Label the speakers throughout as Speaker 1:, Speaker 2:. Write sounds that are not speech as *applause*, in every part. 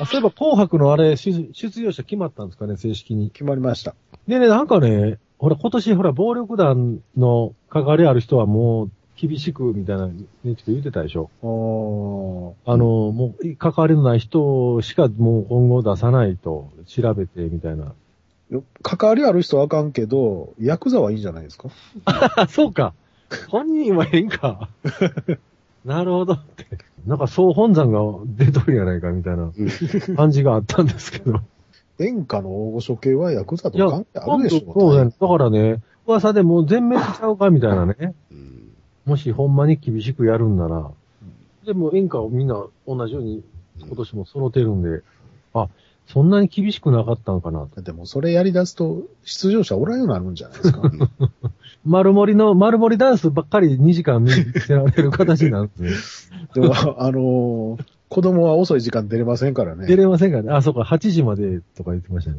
Speaker 1: あそういえば紅白のあれ、出出場者決まったんですかね、正式に。
Speaker 2: 決まりました。
Speaker 1: でね、なんかね、ほら、今年、ほら、暴力団の関わりある人はもう、厳しく、みたいな、ね、ちょっと言ってたでしょ。
Speaker 2: おー。
Speaker 1: あの、もう、関わりのない人しか、もう今後出さないと、調べて、みたいな。
Speaker 2: よ関わりある人はあかんけど、ヤクザはいいんじゃないですか
Speaker 1: *laughs* あ、そうか。本人はええんか。 *laughs* なるほどって。なんか、総本山が出とるやないか、みたいな感じがあったんですけど。
Speaker 2: 演歌の大御所系はヤクザと
Speaker 1: いや
Speaker 2: 関係あるでしょ
Speaker 1: そうだね。だからね、噂でもう全滅しちゃうか、みたいなね。
Speaker 3: うん
Speaker 1: もしほんまに厳しくやるんなら。でも演歌をみんな同じように今年も揃ってるんで、あ、そんなに厳しくなかったんかなと。
Speaker 2: でもそれやり出すと、出場者おらんようになるんじゃないですか
Speaker 1: 丸森の、丸森ダンスばっかり2時間見せられる形なん *laughs* ですね。
Speaker 2: *laughs* でも、あのー子供は遅い時間出れませんから
Speaker 1: 出
Speaker 2: ね。
Speaker 1: れませんからね。あ、そうか、8時までとか言ってましたね。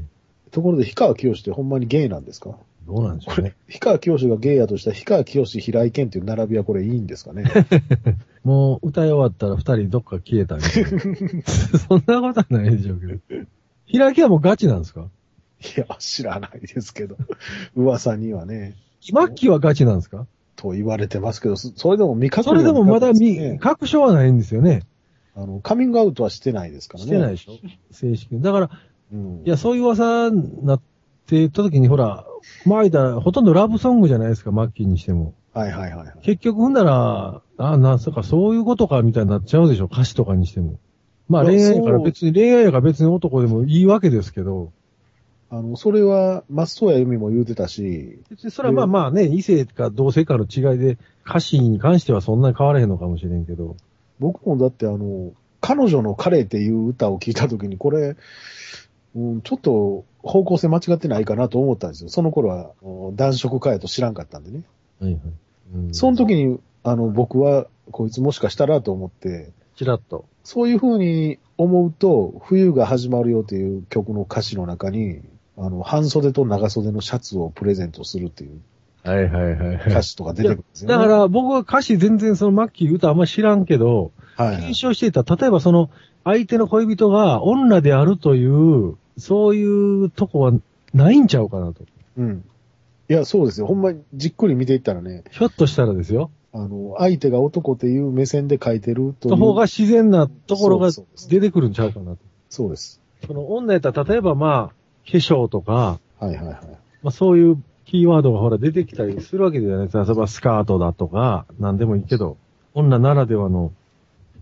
Speaker 2: ところで、氷川きよしってほんまにゲイなんですか
Speaker 1: どうなんでしょうね。
Speaker 2: 氷川きよしがゲイやとしたら、氷川きよし、平井健っていう並びはこれいいんですかね
Speaker 1: *laughs* もう歌い終わったら2人どっか消えたみたい *laughs* な。そんなことはないでしょうけど。開きはもうガチなんですか
Speaker 2: いや、知らないですけど。噂にはね、
Speaker 1: マッキーはガチなんですか
Speaker 2: と言われてますけど、そそれでも見かけ
Speaker 1: それでもまだ
Speaker 2: 見かけ
Speaker 1: 見、確証はないんですよね。
Speaker 2: あの、カミングアウトはしてないですから
Speaker 1: し
Speaker 2: ね。
Speaker 1: てないでしょ正式に。だから、
Speaker 2: うん。
Speaker 1: いや、そういう噂になってた時に、ほら、前だ、ほとんどラブソングじゃないですか、マッキーにしても。
Speaker 2: はいはいはいはい。
Speaker 1: 結局、ほんなら、あ、なんすか、そういうことか、みたいになっちゃうでしょ、歌詞とかにしても。まあ、
Speaker 2: いや
Speaker 1: 恋愛やから
Speaker 2: そう
Speaker 1: 別に、恋愛やから別に男でもいいわけですけど、
Speaker 2: あの、それは、松任谷由実も言うてたし、
Speaker 1: 別にそれはまあまあね、異性か同性かの違いで、歌詞に関してはそんなに変わらへんのかもしれんけど、
Speaker 2: 僕もだってあの、彼女の彼っていう歌を聞いたときに、これ、うん、ちょっと方向性間違ってないかなと思ったんですよ。その頃は、あの男色かやと知らんかったんでね。
Speaker 1: はいはい。うん
Speaker 2: その時に、あの、僕は、こいつもしかしたらと思って、
Speaker 1: ちらっと。
Speaker 2: そういう風に思うと、冬が始まるよという曲の歌詞の中に、あの、半袖と長袖のシャツをプレゼントするっていう
Speaker 1: はいはいはい、は
Speaker 2: 歌詞とか出てくるんですよね。
Speaker 1: だか、ら僕は歌詞全然そのマッキー歌あんま知らんけど、
Speaker 2: はいはい
Speaker 1: 検証していた、例えばその相手の恋人が女であるという、そういうとこはないんちゃうかなと。
Speaker 2: うん。いや、そうですよ。ほんまにじっくり見ていったらね、
Speaker 1: ひょっとしたらですよ。
Speaker 2: あの、相手が男っていう目線で書いてるという。
Speaker 1: の方が自然なところが
Speaker 2: そうそう
Speaker 1: 出てくるんちゃうかなと。
Speaker 2: そうです。
Speaker 1: その女やったら例えばまあ、化粧とか、
Speaker 2: はいはいはい。
Speaker 1: まあそういうキーワードがほら出てきたりするわけじゃないですか。例えばスカートだとか、なんでもいいけど、女ならではの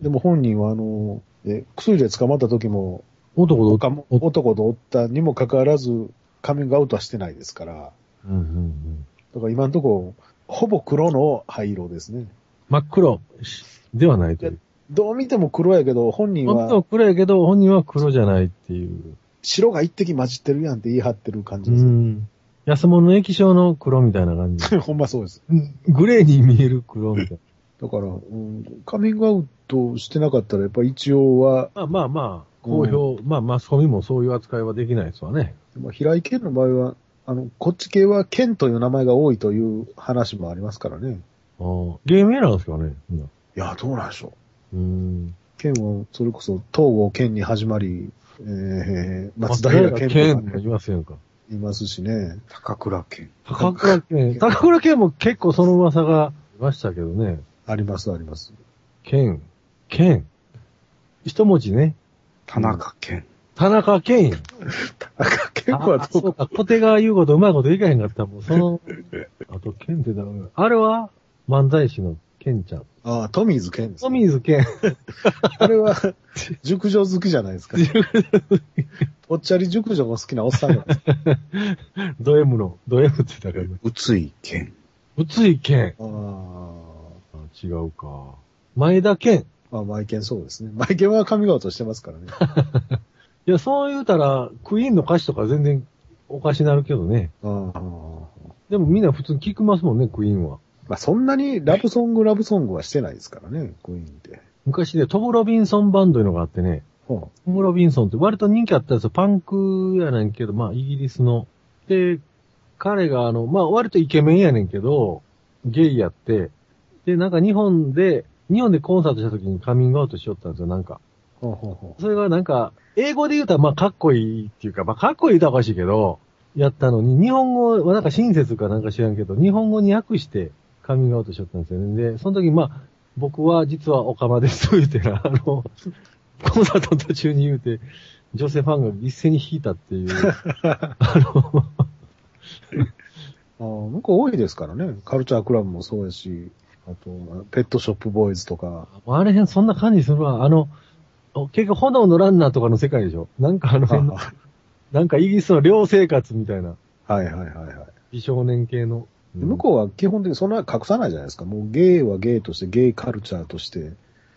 Speaker 2: でも本人は、あの、え薬で捕まった時も、
Speaker 1: 男と、
Speaker 2: 他も男とおったにもかかわらず、カミングアウトはしてないですから。
Speaker 1: うんうんうん、
Speaker 2: だから今のところ、ほぼ黒の灰色ですね。
Speaker 1: 真っ黒しではないという。
Speaker 2: どう見ても黒やけど、本人
Speaker 1: 本当は
Speaker 2: は
Speaker 1: 黒やけど、本人は黒じゃないっていう。
Speaker 2: 白が一滴混じってるやんって言い張ってる感じ
Speaker 1: う
Speaker 2: です。
Speaker 1: ん。安物の液晶の黒みたいな感じ。
Speaker 2: *laughs* ほんまそうです。
Speaker 1: グレーに見える黒みたい
Speaker 2: だから、うん、カミングアウトしてなかったら、やっぱ一応は、
Speaker 1: な。 *laughs* まあまあまあ、公表、まあマスコミもそういう扱いはできないですわね。
Speaker 2: まあ、平井健の場合は、あの、こっち系は健という名前が多いという話もありますからね。
Speaker 1: ああ、芸名なんですかね。みんない
Speaker 2: や、どうなんでしょう。
Speaker 1: うん。
Speaker 2: 健は、それこそ、東郷健に始まり、えー、松
Speaker 1: 平
Speaker 2: 平
Speaker 1: 健
Speaker 2: 健
Speaker 1: と
Speaker 2: と
Speaker 1: か
Speaker 2: か
Speaker 1: い
Speaker 2: ね
Speaker 1: ますやんか。
Speaker 2: いますしね。
Speaker 3: 高倉健。
Speaker 1: 高倉健。高倉健も結構その噂がいましたけどね。
Speaker 2: あります、あります。
Speaker 1: 健。健。一文字ね。
Speaker 3: 田中健。
Speaker 1: 田中健やん。
Speaker 2: 健はど
Speaker 1: あそうか、小手が言うことうまいこといかへんかった。もうそ *laughs* の、あと、ケンってだろうあれは漫才師のケンちゃん。
Speaker 2: ああ、トミーズ健です、
Speaker 1: トミーズケン。
Speaker 2: あれは、 *laughs* 熟女好きじゃないです
Speaker 1: *laughs*
Speaker 2: か。ぽっちゃり熟女も好きなおっさんが。
Speaker 1: ド M の、ド M って言ったからね。
Speaker 3: 宇津井健。
Speaker 1: うついケン。
Speaker 2: ああ。
Speaker 1: あ違うか。前田ケン。
Speaker 2: まあ、マイケンそうですね。マイケンは神顔としてますからね。あ
Speaker 1: いや、そう言うたら、クイーンの歌詞とか全然おかしなるけどね。
Speaker 2: あ
Speaker 1: でもみんな普通に聞きますもんね、クイーンは。
Speaker 2: まあ、そんなにラブソングラブソングはしてないですからね、クイーンって。
Speaker 1: 昔でトム・ロビンソンバンドいうのがあってね。
Speaker 2: は
Speaker 1: トム・ロビンソンって割と人気あったんですよ。パンクやねんけど、まあ、イギリスの。で、彼があの、まあ、割とイケメンやねんけど、ゲイやって、で、なんか日本で、日本でコンサートした時にカミングアウトしよったんですよ、なんか。
Speaker 2: ほうほうほ
Speaker 1: それがなんか、英語で言うたらまあかっこいいっていうか、まあかっこいいとはおかしいけど、やったのに、日本語はなんか親切かなんか知らんけど、日本語に訳してカミングアウトしちゃったんですよね。で、その時まあ、僕は実はオカマですと言ってな、あの、コンサートの途中に言うて、女性ファンが一斉に引いたっていう、あの、
Speaker 2: う。あーなんか多いですからね。カルチャークラブもそうやし、あと、ペットショップボーイズ
Speaker 1: *laughs*
Speaker 2: とか。
Speaker 1: あれへんそんな感じするわ。あの、結局炎のランナーとかの世界でしょなんかあの辺の、
Speaker 2: は
Speaker 1: なんかイギリスの寮生活みたいな、
Speaker 2: いはいはいはい。
Speaker 1: 美少年系の。
Speaker 2: で向こうは基本的にそんな隠さないじゃないですか。もうゲイはゲイとして、ゲイカルチャーとして、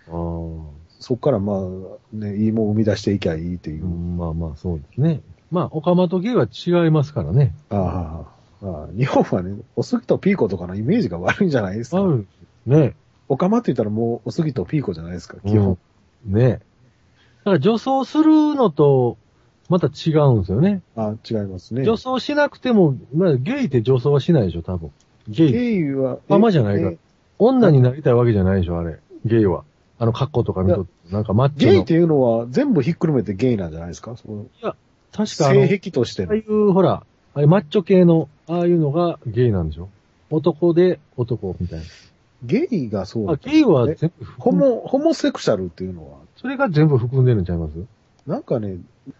Speaker 1: うん。ああ。
Speaker 2: そこからまあ、ね、いいもん生み出していきゃいいっていう。
Speaker 1: うん、まあまあ、そうですね。まあ、オカマとゲイは違いますからね。
Speaker 2: ああ、ああ日本はね、おすぎとピーコとかのイメージが悪いんじゃないですか。
Speaker 1: る。ね。
Speaker 2: おかまって言ったらもうおすぎとピーコじゃないですか、基本。
Speaker 1: うん。ね。だから女装するのと、また違うんですよね。
Speaker 2: あ違いますね。
Speaker 1: 女装しなくても、まあ、ゲイって女装はしないでしょ、多分。ゲイ。
Speaker 2: ゲイは、
Speaker 1: あんまじゃないから
Speaker 2: え
Speaker 1: 女になりたいわけじゃないでしょ、あれ。ゲイは。あの格好とか見とって、なんかマッチョ
Speaker 2: ゲイ
Speaker 1: の。
Speaker 2: っていうのは全部ひっくるめてゲイなんじゃないですかその
Speaker 1: 確かあの、
Speaker 2: 性癖として
Speaker 1: ああ
Speaker 2: の
Speaker 1: い。う、ほら、ああいうマッチョ系の、ああいうのがゲイなんでしょ男で男みたい
Speaker 2: ゲイがそう
Speaker 1: な。あ、ゲイは全部
Speaker 2: ホ
Speaker 1: 含む、
Speaker 2: モ、ホモセクシャルっていうのは、
Speaker 1: それが全部含んでるんちゃいます
Speaker 2: なんかね、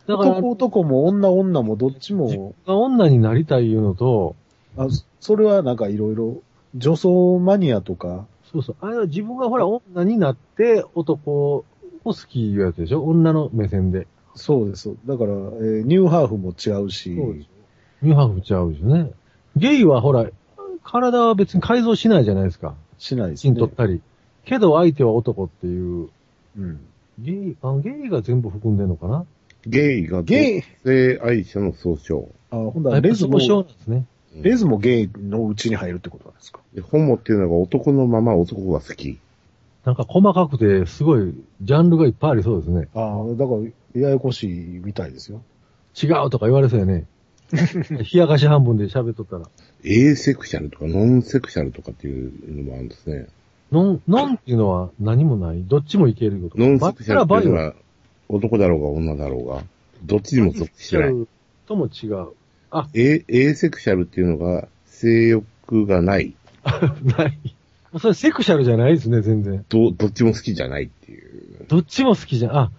Speaker 1: だから、
Speaker 2: 男男も女女もどっちも、
Speaker 1: 女になりたいいうのと、
Speaker 2: あそそれはなんかいろいろ、女装マニアとか、
Speaker 1: そうそう、あれは自分がほら女になって男を好きいうやつでしょ女の目線で。
Speaker 2: そうです。だから、えーニューハーフも違うし、
Speaker 1: ニューハーフちゃうですね。ゲイはほら、体は別に改造しないじゃないですか。
Speaker 2: しないです
Speaker 1: 芯
Speaker 2: ね
Speaker 1: 取っ。たり。けど相手は男っていう、
Speaker 2: うん、
Speaker 1: ゲイ、あゲイが全部含んでるのかな
Speaker 4: ゲイが
Speaker 2: ゲ
Speaker 4: 同
Speaker 2: イ、
Speaker 4: 性愛者の総称。
Speaker 2: あ、ほんだらレズも
Speaker 1: も、そうなんですね。
Speaker 2: レズもゲイのうちに入るってことなんですか。
Speaker 4: でホモっていうのが男のまま男が好き。
Speaker 1: なんか細かくて、すごい、ジャンルがいっぱいありそうですね。
Speaker 2: ああ、だから、ややこしいみたいですよ。
Speaker 1: 違うとか言われそうや *laughs* ね。冷やかし半分で喋っとったら。
Speaker 4: エーセクシャルとかノンセクシャルとかっていうのもあるんですね。
Speaker 1: ノン、ノンっていうのは何もない。どっちもいけること。
Speaker 4: ノンセクシャル
Speaker 1: バ
Speaker 4: っ
Speaker 1: イ
Speaker 4: て
Speaker 1: オ
Speaker 4: いう
Speaker 1: バイオ
Speaker 4: のは男だろうが女だろうが、どっちにも属しない。
Speaker 1: とも違う。
Speaker 4: エエーセクシャルっていうのが性欲がない。
Speaker 1: *laughs* ない。それセクシャルじゃないですね、全然。
Speaker 4: ど、どっちも好きじゃないっていう。
Speaker 1: どっちも好きじゃん。あ、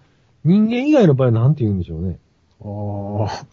Speaker 1: 人間以外の場合なんて言うんでしょうね。
Speaker 2: ああ、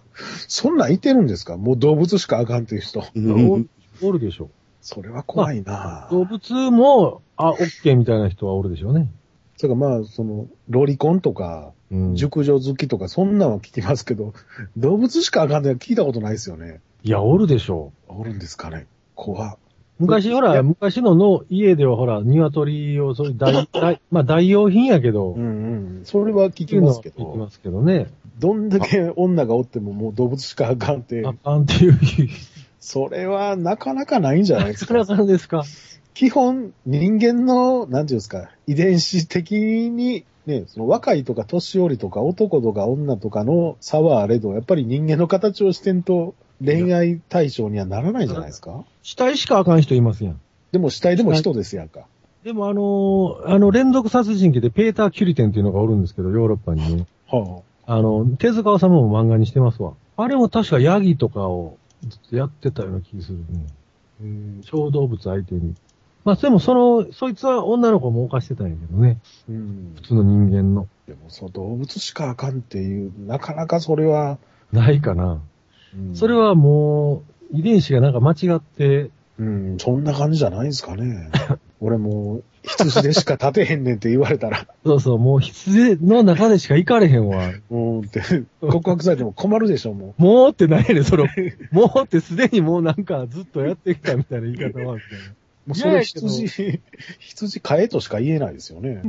Speaker 2: そんなんいてるんですかもう動物しかあかんっていう人。
Speaker 4: うん
Speaker 1: おおるでしょ
Speaker 2: *laughs* それは怖いな
Speaker 1: 動物も、あ、オッケーみたいな人はおるでしょうね。
Speaker 2: それからまあ、その、ロリコンとか、
Speaker 1: うん。
Speaker 2: 熟女好きとか、そんなんは聞きますけど、動物しかあかんって聞いたことないですよね。
Speaker 1: いや、おるでしょ
Speaker 2: おるんですかね怖っ
Speaker 1: う。昔、ほ
Speaker 2: い
Speaker 1: ら、
Speaker 2: や
Speaker 1: 昔のの家ではほら、鶏を、そういう代、
Speaker 4: *laughs*
Speaker 1: 代まあ、代用品やけど、
Speaker 2: うんうん。それは聞
Speaker 1: ってい
Speaker 2: き
Speaker 1: うの
Speaker 2: ま
Speaker 1: は
Speaker 2: すけ
Speaker 1: 聞き
Speaker 2: ど、
Speaker 1: ますけどね。
Speaker 2: どんだけ女がおってももう動物しかあかんって
Speaker 1: あ、、かんって
Speaker 4: *laughs*
Speaker 1: いう。
Speaker 2: それはなかなかないんじゃないで
Speaker 1: *laughs*
Speaker 2: す
Speaker 1: それは
Speaker 2: か。
Speaker 1: かんですか。
Speaker 2: 基本、人間の、なんていうんですか、遺伝子的に、ね、その若いとか年寄りとか男とか女とかの差はあれど、やっぱり人間の形をしてんと恋愛対象にはならないじゃないですか。
Speaker 1: 死体しかあかん人いますやん。
Speaker 2: でも死体でも人ですやんか。
Speaker 1: でもあのーあの連続殺人鬼でペーター・キュリテンっていうのがおるんですけど、ヨーロッパにね。
Speaker 2: は
Speaker 1: あの、手塚治虫も漫画にしてますわ。あれも確かヤギとかをずっとやってたような気がするね。
Speaker 2: あ、うん
Speaker 1: 小動物相手に。まあ、でもその、そいつは女の子も犯してたんやけどね。
Speaker 2: うん。
Speaker 1: 普通の人間の。
Speaker 2: でも、そう、動物しかあかんっていう、なかなかそれは、
Speaker 1: ないかな。
Speaker 2: うん
Speaker 1: それ、はもう、遺伝子がなんか間違って、
Speaker 2: うん、そんな感じじゃないですかね。 *laughs* 俺もう、羊でしか立てへんねんって言われたら、
Speaker 1: そうそう、もう羊の中でしか行かれへんわ。
Speaker 2: うーんって、告白されても困るでしょ、もう。
Speaker 1: もうってなんやねん、 *laughs* その、もうってすでにもうなんかずっとやってきたみたいな言い方はあるけど。
Speaker 2: もう
Speaker 1: い
Speaker 2: そ
Speaker 1: や
Speaker 2: れ
Speaker 1: いやけど
Speaker 2: 羊、 *laughs* 羊飼えとしか言えないですよね。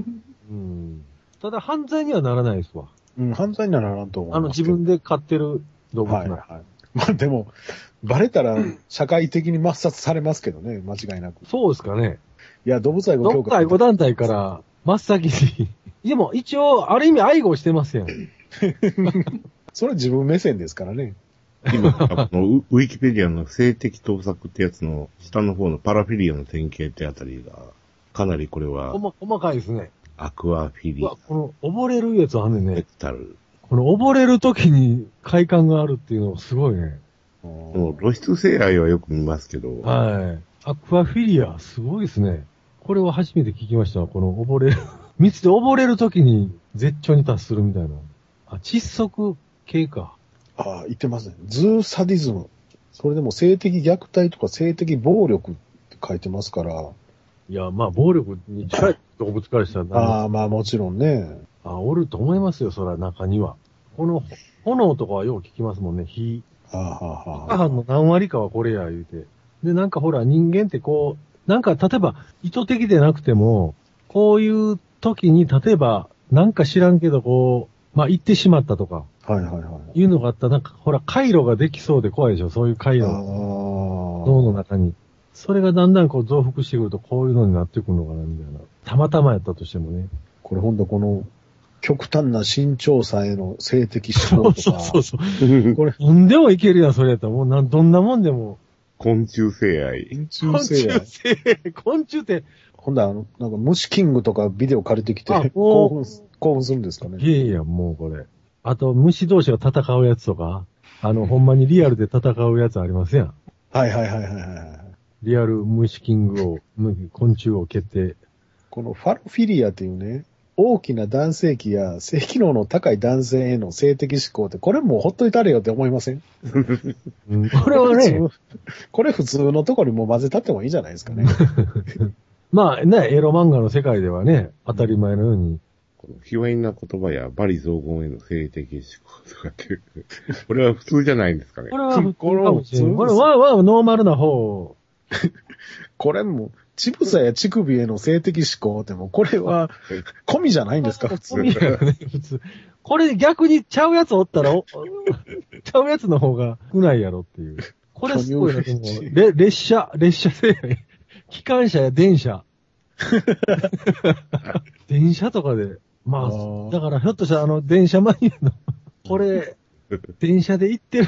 Speaker 1: うん。ただ犯罪にはならないですわ。
Speaker 2: うん、犯罪にはならんと思う。
Speaker 1: あの自分で飼ってる動物
Speaker 2: はい
Speaker 1: の。
Speaker 2: はい。まあでも、バレたら社会的に抹殺されますけどね、間違いなく。
Speaker 1: そうですかね。
Speaker 2: いや、動物愛護
Speaker 1: ど
Speaker 2: 協
Speaker 1: っか愛
Speaker 2: 会。
Speaker 1: 護団体から真っ先 *laughs* に。でも一応、ある意味愛護してますやん。
Speaker 2: それは自分目線ですからね。
Speaker 4: 今、あのウウィキペディアの性的盗作ってやつの下の方のパラフィリアの典型ってあたりが、かなりこれは
Speaker 1: 細細かいですね。
Speaker 4: アクアフィリ
Speaker 1: うわ、この溺れるやつあんねん
Speaker 4: メ
Speaker 1: ね。
Speaker 4: タル。
Speaker 1: この溺れる時に快感があるっていうのすごいね。
Speaker 4: もう露出性愛はよく見ますけど、
Speaker 1: はい。アクアフィリア、すごいですね。これは初めて聞きました。この溺れる。 *laughs* 密で溺れる時に絶頂に達するみたいな。あ、窒息系か。
Speaker 2: ああ、言ってますね。ズーサディズム。それでも性的虐待とか性的暴力って書いてますから。
Speaker 1: いや、まあ、暴力に近い動物からしたらな
Speaker 2: ああ、まあもちろんね。
Speaker 1: あ、おると思いますよ、そら、中には。この、炎とかはよう聞きますもんね。火。
Speaker 2: ああ、はあ、はあ。
Speaker 1: 母の何割かはこれや、言うて。で、なんかほら、人間ってこう、なんか例えば、意図的でなくても、こういう時に、例えば、なんか知らんけど、こう、まあ、行ってしまったとか、
Speaker 2: はいはいはい。
Speaker 1: いうのがあったら、なんか、ほら、回路ができそうで怖いでしょ、そういう回
Speaker 2: あ
Speaker 1: 路、脳の中に。それがだんだんこう増幅してくると、こういうのになってくるのかな、みたいな。たまたまやったとしてもね。
Speaker 2: あ、これほんとこの、極端な身長差への性的指導と
Speaker 1: *laughs*
Speaker 2: か。
Speaker 1: そう。
Speaker 2: これ、
Speaker 1: とんでもいけるやん、それやったら。もうなん、どんなもんでも。
Speaker 4: *laughs* 昆虫性愛。
Speaker 2: 円柱
Speaker 1: 昆
Speaker 2: 性
Speaker 1: 虫
Speaker 2: や。
Speaker 1: 性、 *laughs* 昆虫って、
Speaker 2: ほんだらあの、なんか虫キングとかビデオ借りてきて
Speaker 1: あ、お
Speaker 2: 興奮す、興奮するんですかね。
Speaker 1: ゲーやん、もうこれ。あと、虫同士が戦うやつとか、あの、ほんまにリアルで戦うやつありますやん。
Speaker 2: はいはいはいはいはい。
Speaker 1: リアル虫キングを、む昆虫を決定。
Speaker 2: このファロフィリアっていうね、大きな男性器や性機能の高い男性への性的思考って、これもうほっといたれよって思いません
Speaker 1: うん、これは *laughs* ね、
Speaker 2: 普通 *laughs* これ普通のところにもう混ぜたってもいいんじゃないで
Speaker 1: *laughs*
Speaker 2: すかね。
Speaker 1: まあね、エロ漫画の世界ではね、当たり前のように。
Speaker 4: この卑猥な言葉やバリ雑言への性的思考とかって、 *laughs* これは普通じゃないんですかね
Speaker 1: こ。れは普通
Speaker 2: これ
Speaker 1: か
Speaker 2: は
Speaker 1: も
Speaker 2: 普
Speaker 1: し
Speaker 2: 通です
Speaker 1: れんこれは、わわノーマルな方。
Speaker 2: これもう、乳房や乳首への性的思考ってもうこれは込みじゃないんですか普通。
Speaker 1: いやね普通。これ逆にちゃうやつおったら、お *laughs* ちゃうやつの方が少ないやろっていう。これすごいな、でも
Speaker 2: 巨乳フェチ
Speaker 1: れ列車、列車制御 *laughs* 機関車や電車。 *laughs* 電車とかで。ま
Speaker 2: あ
Speaker 1: あ、
Speaker 2: ー
Speaker 1: だからひょっとしたらあの、電車マニアの、これ、電車で行って *laughs* る。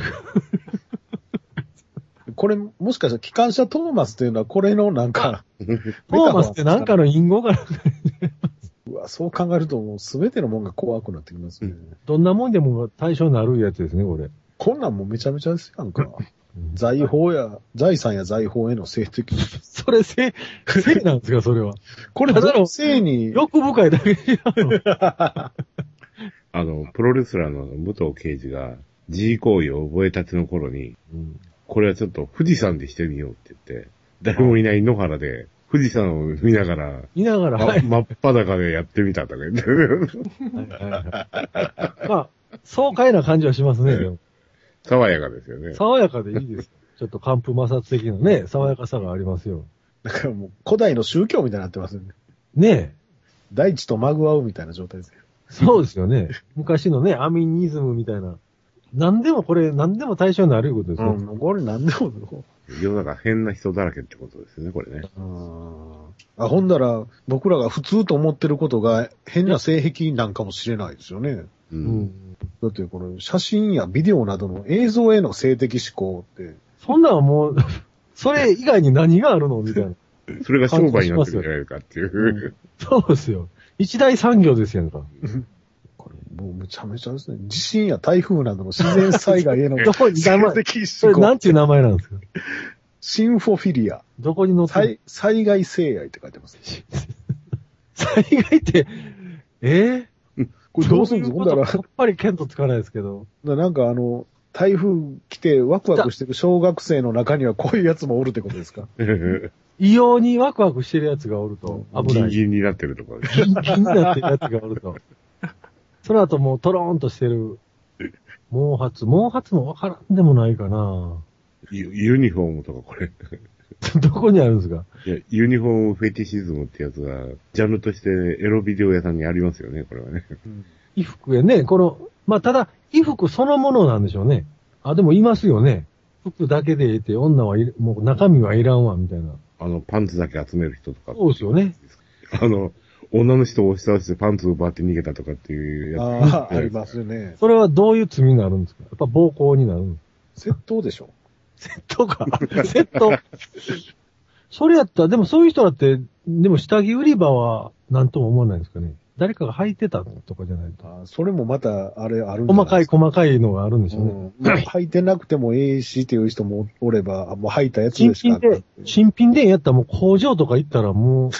Speaker 2: これもしかしたら機関車トーマスというのはこれのなんか、
Speaker 1: トーマスってなんかの隠語かな。
Speaker 2: うわそう考えるともう全てのもんが怖くなってきますね。
Speaker 1: どんなもんでも対象になるやつですね、これ。
Speaker 2: こんなんもうめちゃめちゃですやんか。財宝や、財産や財宝への性的思考
Speaker 1: それ、せ、 *laughs* せいなんですか、それは。
Speaker 2: *laughs* これ、
Speaker 1: ただの
Speaker 2: 女性に、
Speaker 1: 欲深いだけじゃん。
Speaker 4: *laughs* あの、プロレスラーの武藤刑事が G 行為を覚えたての頃に、
Speaker 1: うん
Speaker 4: これはちょっと富士山でしてみようって言って、誰もいない野原で富士山を見ながら、
Speaker 1: 見ながら、
Speaker 4: ま
Speaker 1: はい。
Speaker 4: 真っ裸でやってみたと
Speaker 1: *laughs*
Speaker 4: か言って。
Speaker 1: はいはいはいまあ、爽快な感じはしますね。でも
Speaker 4: 爽やかですよね。
Speaker 1: 爽やかでいいです。ちょっと寒風摩擦的なね、爽やかさがありますよ。
Speaker 2: だからもう古代の宗教みたいになってますよね。
Speaker 1: ねえ。
Speaker 2: 大地とまぐわうみたいな状態ですよ。
Speaker 1: そうですよね。昔のね、アミニズムみたいな。何でもこれ、何でも対象になるいうことですよ。
Speaker 2: うん、これなんでも。
Speaker 4: 世の中変な人だらけってことですよね、これね。
Speaker 2: うんあ、ほんだら、僕らが普通と思ってることが変な性癖なんかもしれないですよね。
Speaker 4: う。
Speaker 1: うんん。
Speaker 2: だってこの写真やビデオなどの映像への性的思考って、
Speaker 1: そんなんはもう、 *laughs* それ以外に何があるのみたいな。
Speaker 4: それが商売になってるんじゃないかっていう。
Speaker 1: そうですよ。一大産業ですやんか。
Speaker 2: これもうむちゃめちゃですね。地震や台風などの自然災害
Speaker 1: *laughs*
Speaker 2: への
Speaker 1: どこに名
Speaker 2: 性
Speaker 1: 前、
Speaker 2: 的
Speaker 1: それ
Speaker 2: 思
Speaker 1: なん
Speaker 2: 考。
Speaker 1: ていう名前なんですか
Speaker 2: シンフォフィリア。
Speaker 1: どこに載ってる
Speaker 2: 災災害性愛って書いてます。
Speaker 1: 災害って、えー、
Speaker 2: これどうするんです
Speaker 1: そいこ
Speaker 2: かほんだ
Speaker 1: と
Speaker 2: ら
Speaker 1: やっ、ぱり見当つかないですけど。
Speaker 2: ななんかあの、台風来てワクワクしてる小学生の中にはこういうやつもおるってことですか
Speaker 1: 異様にワクワクしてるやつがおると、危
Speaker 4: ギ
Speaker 1: な
Speaker 4: ン
Speaker 1: い。ギン
Speaker 4: ギンになってるとか。
Speaker 1: ギンになってるやつがおると。その後もうトローンとしてる。毛髪。毛髪もわからんでもないかな *laughs*
Speaker 4: ユユニフォームとかこれ。
Speaker 1: どこにあるんですか
Speaker 4: いや、ユニフォームフェティシズムってやつが、ジャンルとしてエロビデオ屋さんにありますよね、これはね。
Speaker 1: 衣服へね、この、まあ、ただ、衣服そのものなんでしょうね。あ、でもいますよね。服だけで得て、女はいる、もう中身はいらんわ、みたいな。
Speaker 4: あの、パンツだけ集める人とか。
Speaker 1: そうですよね。
Speaker 4: あの、女の人を押し倒してパンツを奪って逃げたとかっていうや
Speaker 2: ああ、ありますよね。
Speaker 1: それはどういう罪になるんですかやっぱ暴行になるんですか
Speaker 2: 窃盗でしょ。
Speaker 1: とか、セット。それやったら、でもそういう人だって、でも下着売り場は何とも思わないんですかね。誰かが履いてたとかじゃないと。
Speaker 2: あそれもまた、あれ、あるんじゃ
Speaker 1: 細
Speaker 2: な
Speaker 1: かい
Speaker 2: です
Speaker 1: 細かいのがあるんでし
Speaker 2: う
Speaker 1: ょうね。
Speaker 2: ん。まあ履いてなくてもええしっていう人もおれば、あもう履いたやつ
Speaker 1: 新
Speaker 2: でし
Speaker 1: 品
Speaker 2: か。
Speaker 1: で、新品でやったらもう工場とか行ったらもう、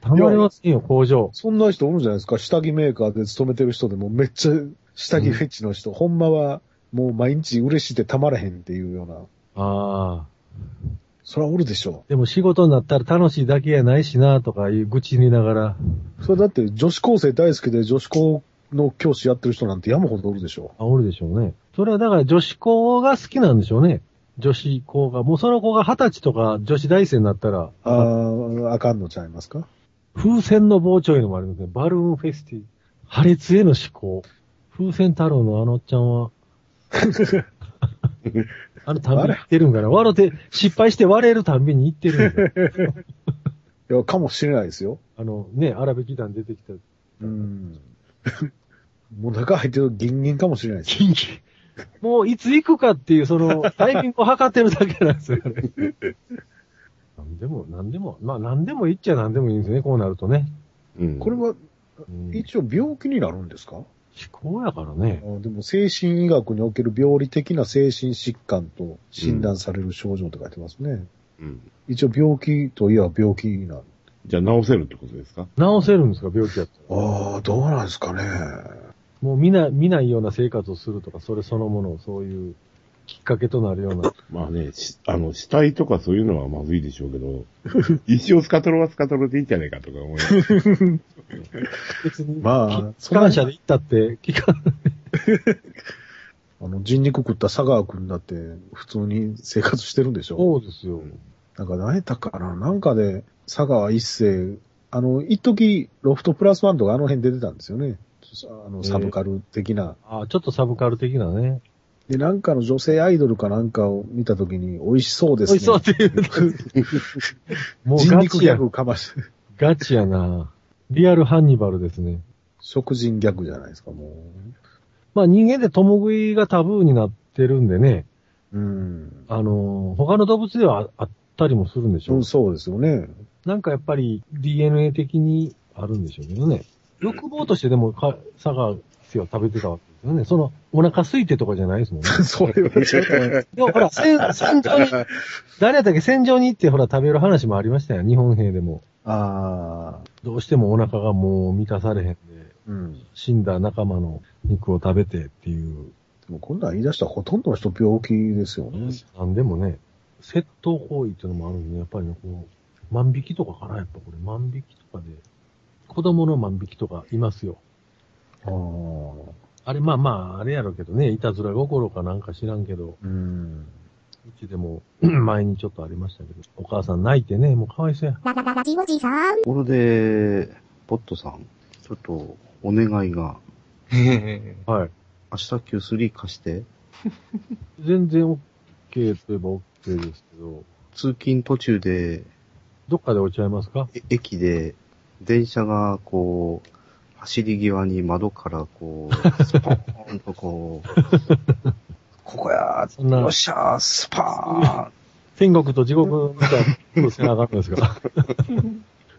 Speaker 1: たまりませんよ、工場。
Speaker 2: そんな人おるんじゃないですか下着メーカーで勤めてる人でもめっちゃ下着フェチの人、ほんまはもう毎日嬉しいてたまらへんっていうような、
Speaker 1: ああ。
Speaker 2: それはおるでしょ
Speaker 1: でも仕事になったら楽しいだけやないしな、とかいう愚痴見ながら。
Speaker 2: う。それだって女子高生大好きで女子高の教師やってる人なんて山ほどおるでしょ
Speaker 1: あ、おるでしょうね。それはだから女子校が好きなんでしょうね。女子校が。もうその子が二十歳とか女子大生になったら、
Speaker 2: う。ああ、あかんのちゃいますか
Speaker 1: 風船の膨張いうのもありますね。バルーンフェスティ。破裂への思考。風船太郎のあのおっちゃんは、あのたんびに行ってるんかな。笑って、失敗して割れるたんびに行ってるんだよ
Speaker 2: いや、かもしれないですよ。
Speaker 1: あの、ね、荒引き団出てきた。
Speaker 2: うん。 *laughs* もう中入ってるとギンギンかもしれないですよ。
Speaker 1: 緊急。もういつ行くかっていう、その、タイミングを測ってるだけなんですよ、あれ。なんでも、なんでも、まあ、なんでも言っちゃなんでもいいんですね、こうなるとね。
Speaker 4: うん
Speaker 2: これは
Speaker 1: うん、思
Speaker 2: 一応病気になるんですか
Speaker 1: 考やから
Speaker 2: あ
Speaker 1: ね。
Speaker 2: ーでも精神医学における病理的な精神疾患と診断される症状って書いてますね。
Speaker 4: うん
Speaker 2: 一応病気といえば病気になる。
Speaker 4: じゃあ直せるってことですか
Speaker 1: 治せるんですか、病気やったら。
Speaker 2: ああ、どうなんですかね。
Speaker 1: もう見な、見ないような生活をするとか、それそのものをそういうきっかけとなるような。
Speaker 4: まあね、しあの、死体とかそういうのはまずいでしょうけど、一応スカトロはスカトロでいいんじゃないかとか思います。 *laughs*
Speaker 1: 別に、
Speaker 2: まあ、
Speaker 1: 機関車で行ったって、機関、
Speaker 2: あの、人肉食った佐川くんだって普通に生活してるんでしょ
Speaker 1: そうですよ。
Speaker 2: なんか何やったかななんかで、佐川一世、あの、一時ロフトプラスワンとかあの辺出てたんですよね。あの、サブカル的な。
Speaker 1: ああ、ちょっとサブカル的なね。
Speaker 2: で、なんかの女性アイドルかなんかを見たときに美味しそうです
Speaker 1: お
Speaker 2: ね。
Speaker 1: いそうっていう。もう
Speaker 2: 人
Speaker 1: ガ
Speaker 2: 肉
Speaker 1: チ
Speaker 2: ギャ
Speaker 1: や、
Speaker 2: グかまして。
Speaker 1: ガチやな。リアルハンニバルですね。
Speaker 2: 食人ギャグじゃないですか、も
Speaker 1: まあ人間で共食いがタブーになってるんでね、
Speaker 2: う。うん。
Speaker 1: あのー他の動物ではああったりもするんでしょ
Speaker 2: う、。
Speaker 1: うん
Speaker 2: そうですよね。 *laughs*
Speaker 1: なんかやっぱり DNA 的にあるんでしょうけどね。欲望としてでもか、佐川氏は食べてたわけですよね。その、お腹空いてとかじゃないですもんね。
Speaker 2: それはちょっ *laughs* と、
Speaker 1: でもほら、戦戦場
Speaker 2: *laughs*
Speaker 1: に、誰やったっけ戦場に行ってほら食べる話もありましたよ。日本兵でも。
Speaker 2: ああ、
Speaker 1: どうしてもお腹がもう満たされへんで、
Speaker 2: うん。で
Speaker 1: 死んだ仲間の肉を食べてっていう。
Speaker 2: もこんなん言い出したらほとんどの人病気ですよね。
Speaker 1: なんでもね、窃盗行為っていうのもあるんで、やっぱりね、こう、万引きとかかな、やっぱこれ、万引きとかで、子供の万引きとかいますよ。
Speaker 2: ああ、
Speaker 1: あれ、まあまあ、あれやろうけどね、いたずら心かなんか知らんけど、
Speaker 2: うん。
Speaker 1: うちでも、 *clears throat* 前にちょっとありましたけど、お母さん泣いてね、もうかわいそうや。
Speaker 5: ララララジオジさん。
Speaker 3: ところで、ポットさん、ちょっとお願いが、
Speaker 1: はい。
Speaker 3: 明日 Q3 貸して、
Speaker 1: 全然 OK といえば OK ですけど、
Speaker 3: 通勤途中で、
Speaker 1: どっかで落ちちゃいますか
Speaker 3: え駅で、電車がこう、走り際に窓から
Speaker 1: *laughs*
Speaker 3: こう、スポーンとこう、ここや
Speaker 1: そんな
Speaker 3: よっしゃー、スパ
Speaker 1: *laughs* 天国と地獄みたいなことせなあかんのです
Speaker 3: *laughs*
Speaker 1: が。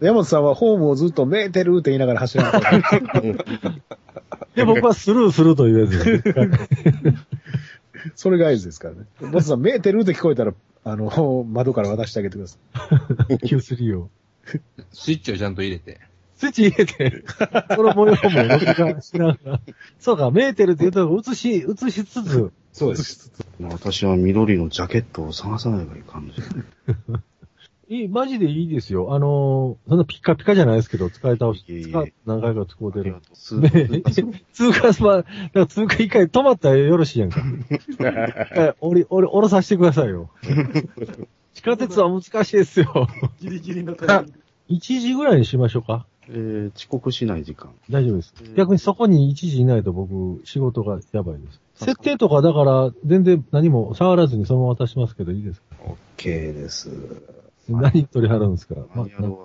Speaker 2: 山本さんはホームをずっとメーテルって言いながら走らなか *laughs* った。
Speaker 1: で、僕はスルーするというやつですね。
Speaker 2: それが合図ですからね。ボスさん、メーテルって聞こえたら、あの、窓から渡してあげてくださ
Speaker 1: Q3 を。
Speaker 6: スイッチをちゃんと入れて。
Speaker 1: スイッチ入
Speaker 6: *laughs*
Speaker 1: れて、その模様も僕が知らんが。そうか、メーテルって言うと、映し、映しつつ、
Speaker 6: そう
Speaker 2: い。。
Speaker 3: ーン私は緑のジャケットを探さないがいかんのじゃない
Speaker 1: いい、マジでいいですよ。あのー、そんなピッカピカじゃないですけど、使い倒し、
Speaker 3: いえいえ
Speaker 1: 使う何回か使うてる。
Speaker 3: ス
Speaker 1: ね
Speaker 3: ー
Speaker 1: え、通過すま、だから通過一回止まったらよろしい
Speaker 6: *laughs*
Speaker 1: やんか。え、降り、降り、降ろさせてくださいよ。地下鉄は難しいですよ。
Speaker 6: ギリギリの
Speaker 1: *laughs* 1時ぐらいにしましょうか。
Speaker 3: えー遅刻しない時間。
Speaker 1: 大丈夫です
Speaker 3: うん。
Speaker 1: 逆にそこに1時いないと僕、仕事がやばいです。設定とかだから、全然何も触らずにそのまま渡しますけどいいですか
Speaker 3: OK です。はい
Speaker 1: 何取り払うんですか、ま
Speaker 3: マニュアルは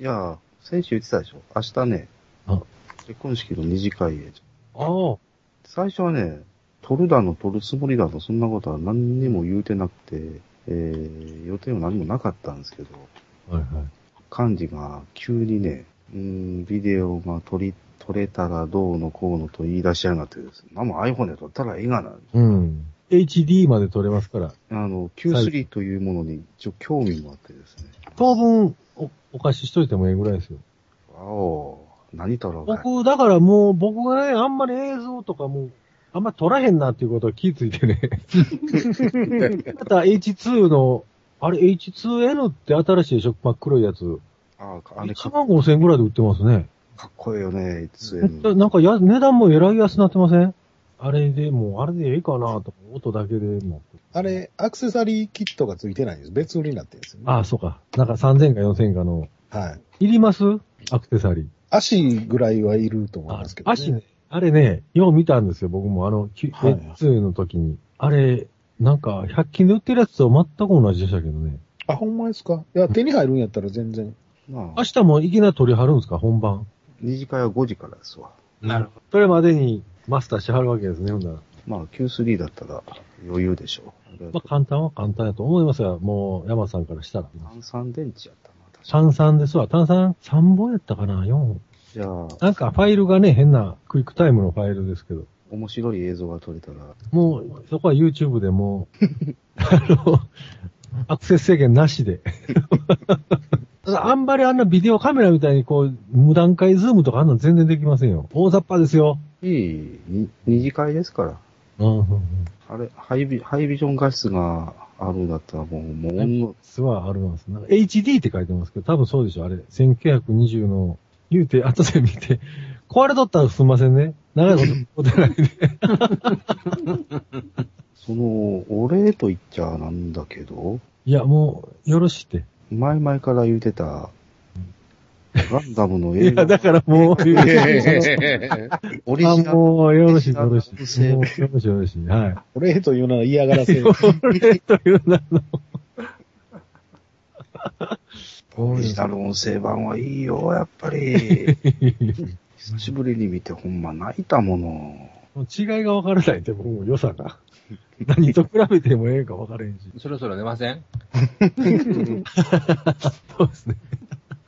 Speaker 3: いや、先週言ってたでしょ。明日ね
Speaker 1: あ、
Speaker 3: 結婚式の二次会へ。
Speaker 1: ああ、
Speaker 3: 最初はね、取るだの取るつもりだの、そんなことは何にも言うてなくて、えー、予定も何もなかったんですけど、
Speaker 1: はいはい。
Speaker 3: 幹事が急にね、うん、ビデオが撮り、撮れたらどうのこうのと言い出しやがってですね。まあもう iPhone で撮ったらええがな。
Speaker 1: うん。HD まで撮れますから、
Speaker 3: あの、Q3 というものに一応興味もあってですね。
Speaker 1: 当分おお貸ししといてもええぐらいですよ。
Speaker 3: わお何撮ろうか。
Speaker 1: 僕、だからもう、僕がね、あんまり映像とかも、あんま撮らへんなっていうことは気づいてね。
Speaker 3: *laughs*
Speaker 1: また H2 の、あれ H2N って新しいでしょ真っ黒いやつ。
Speaker 3: ああ、あれか
Speaker 1: 1万5000円ぐらいで売ってますね。
Speaker 3: かっこいいよね、
Speaker 1: だ
Speaker 3: 2N。
Speaker 1: なんかや、値段もえらい安なってませんあれでもう、あれでええかなとか、音だけでもう。
Speaker 2: あれ、アクセサリーキットがついてないんです。別売りになってるんですよ、ね。
Speaker 1: ああ、そうか。なんか3000か4000かの。
Speaker 2: はい。
Speaker 1: いりますアクセサリー。
Speaker 2: 足ぐらいはいると思い
Speaker 1: あ
Speaker 2: ますけど、ね。
Speaker 1: 足ね。あれね、よう見たんですよ、僕も。あの、き
Speaker 2: はい
Speaker 1: H2 の時に。あれ、なんか、100均で売ってるやつと全く同じでしたけどね。
Speaker 2: あ、ほんまですかいや、手に入るんやったら全然。
Speaker 3: まあ
Speaker 1: 明、日もいきなり取り張るんですか、本番。
Speaker 3: 二次会は5時からですわ。
Speaker 6: なるほ
Speaker 1: それまでにマスターしはるわけですね、ほんなら。
Speaker 3: まあ、Q3 だったら余裕でしょう。
Speaker 1: まあ、簡単は簡単やと思いますが、もう、山さんからしたら。
Speaker 3: 炭酸電池やったな、確か
Speaker 1: 炭酸ですわ。炭酸3本やったかな ?4 本。
Speaker 3: じゃあ、
Speaker 1: なんかファイルがね、変なクイックタイムのファイルですけど。
Speaker 3: 面白い映像が撮れたら、
Speaker 1: もう、そこは YouTube で *laughs* もう、あの、アクセス制限なし *laughs* で。ただあんまりあんなビデオカメラみたいにこう、無段階ズームとかあんなの全然できませんよ。大雑把ですよ。
Speaker 3: いい、に二次会ですから。
Speaker 1: うん、うん、うん。
Speaker 3: あれ、ハイビ、ハイビジョン画質があるんだったらもう、もう、
Speaker 1: すはあります。なんか HD って書いてますけど、多分そうでしょ、あれ。1920の、言うて、後で見て、壊れとったらすんませんね。長い *laughs* こと、おてないで。
Speaker 3: その、お礼と言っちゃなんだけど、
Speaker 1: いや、もう、よろしって。
Speaker 3: 前々から言うてた、ガンダムの
Speaker 1: い
Speaker 3: 映
Speaker 1: や、
Speaker 3: 画、
Speaker 1: だからも *laughs* う、
Speaker 4: へへへへ
Speaker 3: オリ
Speaker 1: あ
Speaker 3: ジナル、
Speaker 1: もう、よろしい、よろし
Speaker 3: オリジ
Speaker 1: い。
Speaker 3: ナル
Speaker 1: も
Speaker 3: の
Speaker 1: う、よろしい、よろしい。
Speaker 3: *laughs*
Speaker 1: は
Speaker 2: 俺というのは嫌がらせ。
Speaker 1: い。というなの。
Speaker 3: オリジナル音声版はいいよ、やっぱ *laughs* り。久しぶりに見てほんま泣いたもの。
Speaker 1: もう違いが分からないって、僕も良さ
Speaker 3: *laughs*
Speaker 1: が。何と比べてもええか分からへんし。
Speaker 6: ど。そろそろ寝ません
Speaker 1: *laughs* そうですね。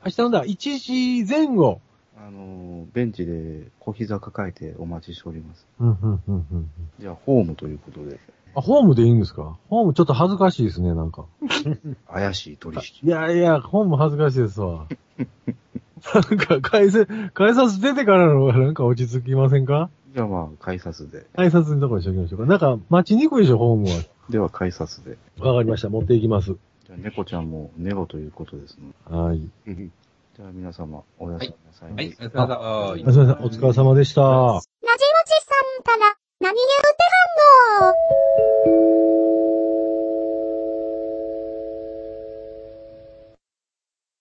Speaker 1: 明日のだ、1時前後。
Speaker 3: あの、ベンチで小膝抱えてお待ちしております。
Speaker 1: うん、うん、うん、うん。
Speaker 3: じゃあ、ホームということで、
Speaker 1: あ、ホームでいいんですかホームちょっと恥ずかしいですね、なんか。
Speaker 3: 怪しい取引。
Speaker 1: いやいや、ホーム恥ずかしいです
Speaker 3: *laughs*
Speaker 1: わ。なんか、改札、改札出てからの方がなんか落ち着きませんか
Speaker 3: じゃあまあ、改札で。
Speaker 1: 改札のとこにしときましょうか。なんか、待ちにくいでしょ、ホームは。
Speaker 3: では、改札で。
Speaker 1: わかりました、持っていきます。
Speaker 3: じゃあ、猫ちゃんも寝ろということですの
Speaker 1: はい。
Speaker 3: で。じゃあ、皆様、おやすみなさい。
Speaker 6: はい、おやすみなさい。
Speaker 1: あすみません、お疲れ様でした。
Speaker 5: ラジオチさんから何言うて